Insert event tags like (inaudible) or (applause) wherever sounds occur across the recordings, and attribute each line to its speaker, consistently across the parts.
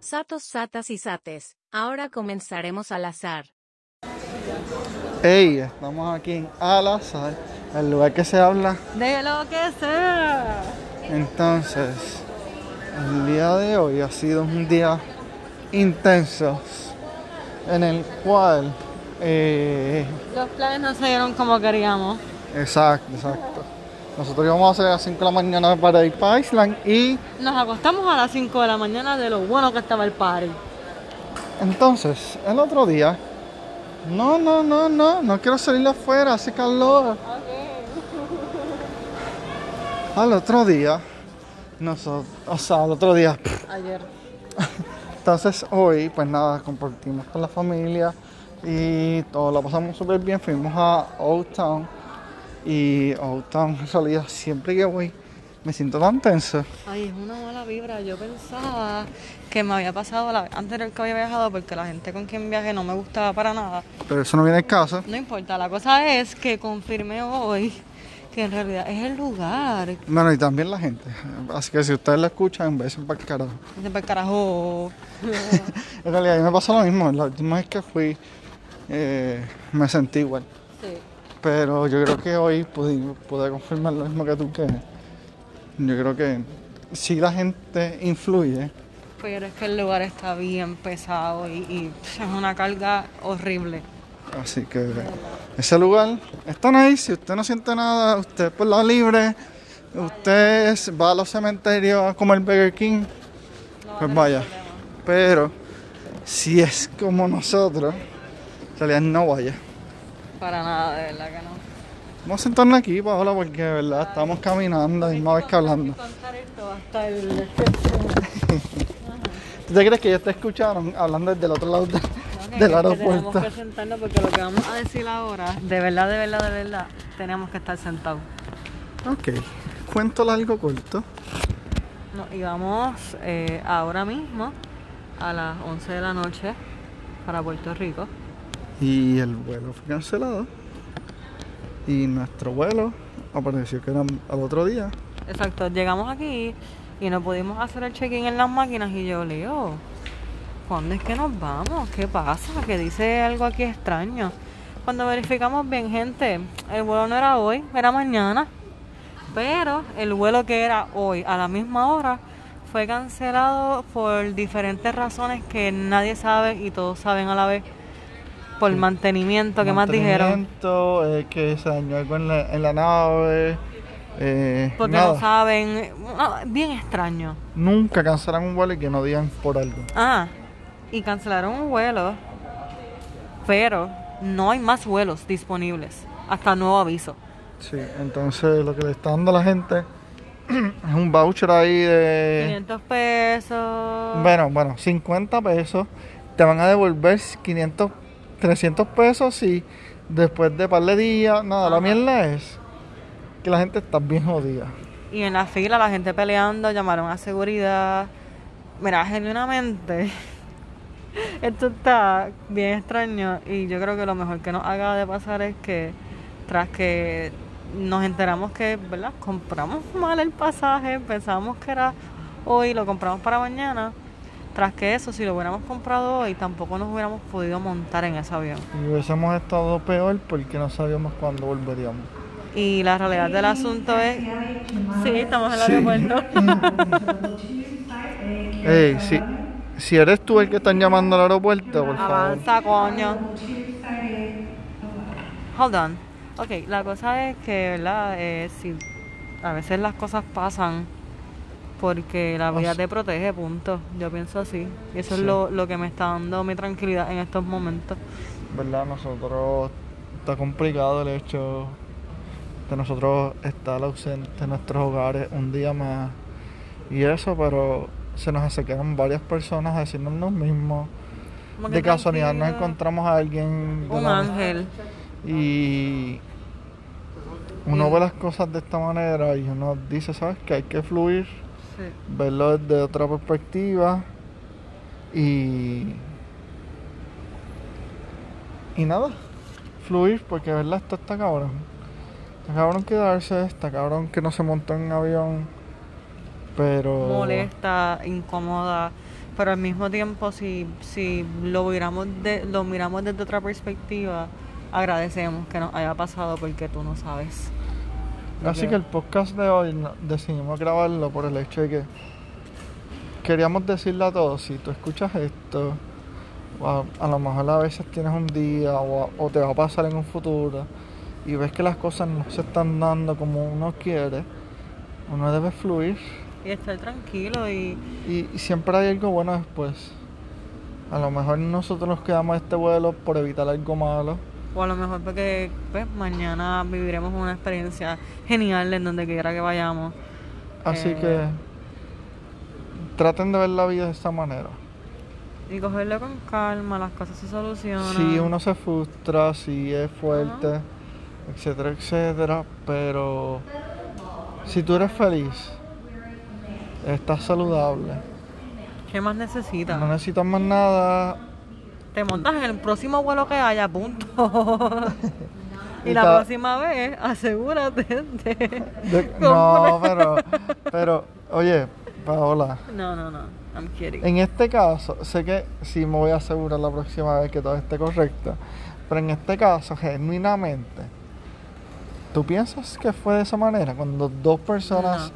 Speaker 1: Satos, satas y sates, ahora comenzaremos al azar.
Speaker 2: Hey, estamos aquí en Al-Azhar, el lugar que se habla.
Speaker 3: De lo que sea.
Speaker 2: Entonces, el día de hoy ha sido un día intenso en el cual. eh,
Speaker 3: Los planes no se dieron como queríamos.
Speaker 2: exacto, exacto. Nosotros íbamos a hacer a las 5 de la mañana para ir para Island y
Speaker 3: Nos acostamos a las 5 de la mañana de lo bueno que estaba el party.
Speaker 2: entonces el otro día. No, no, no, no, no quiero salir afuera, hace calor. Al otro día, nosotros, o sea, al otro día,
Speaker 3: Ayer.
Speaker 2: Entonces hoy, pues nada, compartimos con la familia y todo, la pasamos súper bien. Fuimos a Old Town y Old Town en realidad siempre que voy me siento tan tenso.
Speaker 3: Ay, es una mala vibra. Yo pensaba que me había pasado la vez anterior que había viajado porque la gente con quien viajé no me gustaba para nada.
Speaker 2: Pero eso no viene el caso.
Speaker 3: No importa, la cosa es que confirmé hoy que en realidad es el lugar.
Speaker 2: Bueno, y también la gente. Así que si ustedes la escuchan, besen para el carajo.
Speaker 3: Dice, "Pues, carajo.
Speaker 2: En realidad a mí me pasó lo mismo. La última vez que fui eh, me sentí igual.
Speaker 3: Sí.
Speaker 2: Pero yo creo que hoy pude, pude confirmar lo mismo que tú que yo creo que si la gente influye,
Speaker 3: Pero es que el lugar está bien pesado y, y es una carga horrible.
Speaker 2: Así que ese lugar está ahí. Si usted no siente nada, usted es por la libre, usted es- va a los cementerios a comer Burger King, pues vaya. Pero si es como nosotros, en realidad no vaya.
Speaker 3: Para nada, de verdad que no.
Speaker 2: Vamos a sentarnos aquí, Paola, porque de verdad estamos caminando, la misma vez que hablando.
Speaker 3: Contar esto hasta el...
Speaker 2: ¿Tú te crees que ya te escucharon hablando desde el otro lado de- del aeropuerto?
Speaker 3: Tenemos que sentarnos porque lo que vamos a decir ahora, de verdad, de verdad, de verdad, tenemos que estar sentados.
Speaker 2: Ok, cuento largo corto.
Speaker 3: No, y vamos eh, ahora mismo a las 11 de la noche para Puerto Rico.
Speaker 2: Y el vuelo fue cancelado. Y nuestro vuelo apareció que era al otro día.
Speaker 3: Exacto, llegamos aquí y no pudimos hacer el check-in en las máquinas y yo leo, ¿cuándo es que nos vamos? ¿Qué pasa? Que dice algo aquí extraño. Cuando verificamos bien, gente, el vuelo no era hoy, era mañana. Pero el vuelo que era hoy a la misma hora fue cancelado por diferentes razones que nadie sabe y todos saben a la vez. Por mantenimiento, que más dijeron.
Speaker 2: Mantenimiento, eh, que se dañó algo en la, en la nave. eh,
Speaker 3: Porque
Speaker 2: nada.
Speaker 3: no saben. ah, Bien extraño.
Speaker 2: Nunca cancelan un vuelo y que no digan por algo.
Speaker 3: Ah, y cancelaron un vuelo, pero no hay más vuelos disponibles hasta nuevo aviso.
Speaker 2: Sí, entonces lo que le está dando a la gente (clears throat) es un voucher ahí de.
Speaker 3: 500 pesos.
Speaker 2: Eh. Bueno, bueno, 50 pesos. Te van a devolver 500, 300 pesos y después de par de días. Nada, la mierda es que la gente está bien jodida.
Speaker 3: Y en la fila la gente peleando, llamaron a seguridad. Mira, genuinamente, (laughs) esto está bien extraño y yo creo que lo mejor que nos haga de pasar es que tras que nos enteramos que, ¿verdad? Compramos mal el pasaje, pensábamos que era hoy, lo compramos para mañana. Tras que eso, si lo hubiéramos comprado hoy, tampoco nos hubiéramos podido montar en ese avión.
Speaker 2: Y hubiésemos estado peor porque no sabíamos cuándo volveríamos.
Speaker 3: Y la realidad del asunto es... Sí, estamos en el
Speaker 2: Sí.
Speaker 3: aeropuerto.
Speaker 2: Ey, si, si eres tú el que están llamando al aeropuerto,
Speaker 3: Ah,
Speaker 2: por favor.
Speaker 3: Avanza, coño. Hold on. Ok, la cosa es que, ¿verdad? Eh, si a veces las cosas pasan porque la vida te protege, punto. Yo pienso así. Y eso es lo, lo que me está dando mi tranquilidad en estos momentos.
Speaker 2: ¿Verdad? Nosotros está complicado el hecho de nosotros estar ausentes en nuestros hogares un día más y eso, pero se nos acercaron varias personas a decirnos lo mismo.
Speaker 3: Como que
Speaker 2: De casualidad nos
Speaker 3: tranquilo.
Speaker 2: encontramos a alguien de
Speaker 3: Un
Speaker 2: la-
Speaker 3: ángel.
Speaker 2: y uno ve las cosas de esta manera y uno dice, ¿sabes? Que hay que fluir.
Speaker 3: Sí.
Speaker 2: verlo desde otra perspectiva y y nada fluir porque verdad esto está cabrón está cabrón quedarse está cabrón que no se montó en avión pero
Speaker 3: molesta, incómoda. pero al mismo tiempo, si, si lo, miramos de, lo miramos desde otra perspectiva, agradecemos que nos haya pasado porque tú no sabes.
Speaker 2: Así que el podcast de hoy no- decidimos grabarlo por el hecho de que queríamos decirle a todos, si tú escuchas esto, o a, a lo mejor a veces tienes un día o, a- o te va a pasar en un futuro y ves que las cosas no se están dando como uno quiere, uno debe fluir
Speaker 3: Y estar tranquilo y
Speaker 2: y, y siempre hay algo bueno después. A lo mejor nosotros nos quedamos este vuelo por evitar algo malo.
Speaker 3: O a lo mejor porque pues, mañana viviremos una experiencia genial en donde quiera que vayamos.
Speaker 2: Así
Speaker 3: Eh.
Speaker 2: que traten de ver la vida de esta manera.
Speaker 3: Y cogerlo con calma, las cosas se solucionan.
Speaker 2: Si uno se frustra, si es fuerte, etcétera, etcétera, pero si tú eres feliz, estás saludable,
Speaker 3: ¿Qué más necesitas?
Speaker 2: no necesitas más nada
Speaker 3: Te montas en el próximo vuelo que haya, punto. y
Speaker 2: Y
Speaker 3: la
Speaker 2: ta-
Speaker 3: próxima vez, asegúrate de...
Speaker 2: de- no, pero, pero, oye, Paola,
Speaker 3: No, no, no. I'm kidding.
Speaker 2: en este caso, sé que sí me voy a asegurar la próxima vez que todo esté correcto, pero en este caso, genuinamente, ¿tú piensas que fue de esa manera? Cuando dos personas,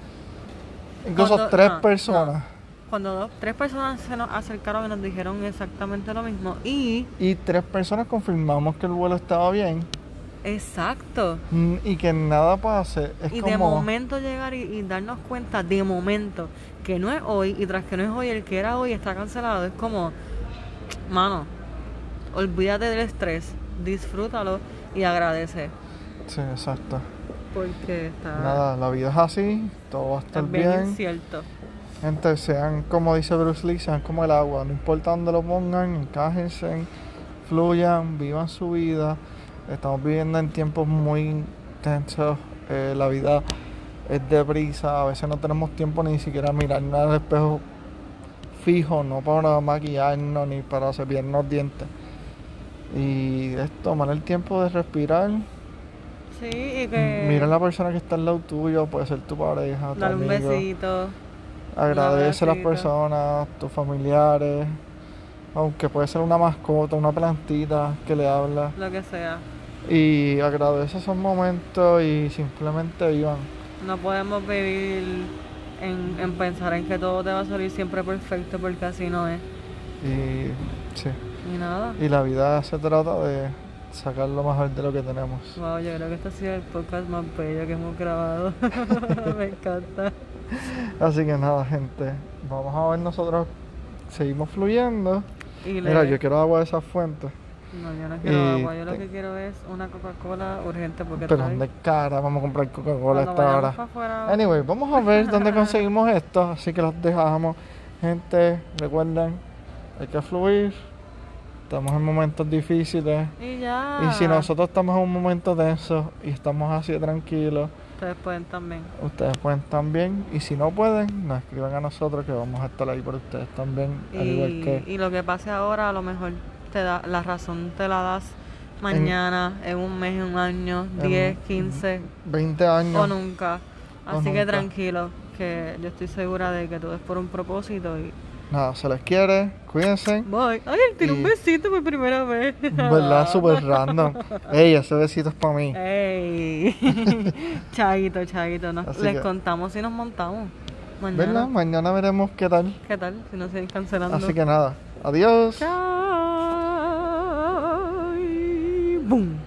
Speaker 2: incluso
Speaker 3: Cuando-
Speaker 2: tres
Speaker 3: no, no.
Speaker 2: personas,
Speaker 3: Cuando dos, tres personas se nos acercaron y nos dijeron exactamente lo mismo. Y,
Speaker 2: y tres personas confirmamos que el vuelo estaba bien
Speaker 3: exacto.
Speaker 2: mm, y que nada pase es
Speaker 3: Y
Speaker 2: como
Speaker 3: de momento llegar y, y darnos cuenta, de momento, que no es hoy, y tras que no es hoy, el que era hoy está cancelado. Es como, mano, olvídate del estrés, disfrútalo y agradece.
Speaker 2: sí exacto
Speaker 3: Porque está,
Speaker 2: nada la vida es así todo va a
Speaker 3: está
Speaker 2: estar
Speaker 3: bien,
Speaker 2: bien,
Speaker 3: incierto.
Speaker 2: gente sean como dice Bruce Lee sean como el agua no importa dónde lo pongan encájense fluyan vivan su vida estamos viviendo en tiempos muy tensos eh, la vida es deprisa a veces no tenemos tiempo ni siquiera mirarnos al espejo fijo, no para maquillarnos ni para cepillarnos dientes. Y es tomar el tiempo de respirar.
Speaker 3: Sí, y que
Speaker 2: Mm, Mira a la persona que está al lado tuyo, puede ser tu pareja, tu
Speaker 3: dale un
Speaker 2: amigo.
Speaker 3: besito.
Speaker 2: Agradece a las
Speaker 3: abracito.
Speaker 2: personas, tus familiares, aunque puede ser una mascota, una plantita que le habla.
Speaker 3: Lo que sea.
Speaker 2: Y agradece esos momentos y simplemente vivan.
Speaker 3: No podemos vivir en, en pensar en que todo te va a salir siempre perfecto porque así no es.
Speaker 2: Y, sí.
Speaker 3: Y nada.
Speaker 2: y la vida se trata de sacar lo mejor de lo que tenemos.
Speaker 3: Wow, yo creo que este ha sido el podcast más bello que hemos grabado. (laughs) Me encanta.
Speaker 2: Así que nada, gente. Vamos a ver nosotros. Seguimos fluyendo.
Speaker 3: Y le-
Speaker 2: Mira, yo quiero agua de esas fuentes.
Speaker 3: No, yo no quiero
Speaker 2: y
Speaker 3: agua. Yo lo
Speaker 2: te-
Speaker 3: que quiero es una Coca-Cola urgente porque
Speaker 2: Pero
Speaker 3: estoy-
Speaker 2: ¿dónde cara vamos a comprar Coca-Cola
Speaker 3: cuando
Speaker 2: hasta
Speaker 3: vayamos
Speaker 2: ahora?
Speaker 3: pa' afuera-
Speaker 2: Anyway, vamos a ver dónde conseguimos esto. Así que los dejamos. Gente, recuerden, hay que fluir. Estamos en momentos difíciles.
Speaker 3: Y ya.
Speaker 2: Y si nosotros estamos en un momento tenso y estamos así de tranquilos,
Speaker 3: Ustedes pueden también.
Speaker 2: ustedes pueden también. Y si no pueden, nos escriban a nosotros que vamos a estar ahí por ustedes también. Al igual
Speaker 3: Y,
Speaker 2: que
Speaker 3: y lo que pase ahora, a lo mejor te da la razón te la das mañana, en, un mes, en un año,
Speaker 2: en
Speaker 3: 10, 15
Speaker 2: 20 años.
Speaker 3: o nunca.
Speaker 2: O
Speaker 3: Así que
Speaker 2: nunca.
Speaker 3: tranquilo, que yo estoy segura de que todo es por un propósito y
Speaker 2: Nada, se les quiere,
Speaker 3: (laughs)
Speaker 2: cuídense.
Speaker 3: voy. Ay, él tiene un
Speaker 2: Y-
Speaker 3: besito por
Speaker 2: (laughs)
Speaker 3: primera vez.
Speaker 2: ¿Verdad? Súper random. Ey, ese besito es para mí.
Speaker 3: Ey. (laughs) chaito, chaito, nos-
Speaker 2: Así
Speaker 3: les
Speaker 2: que-
Speaker 3: contamos y nos montamos. Mañana.
Speaker 2: ¿Verdad? Mañana veremos qué tal.
Speaker 3: ¿Qué tal? Si no se cancelando.
Speaker 2: Así que nada, adiós.
Speaker 3: Chao. Y Boom.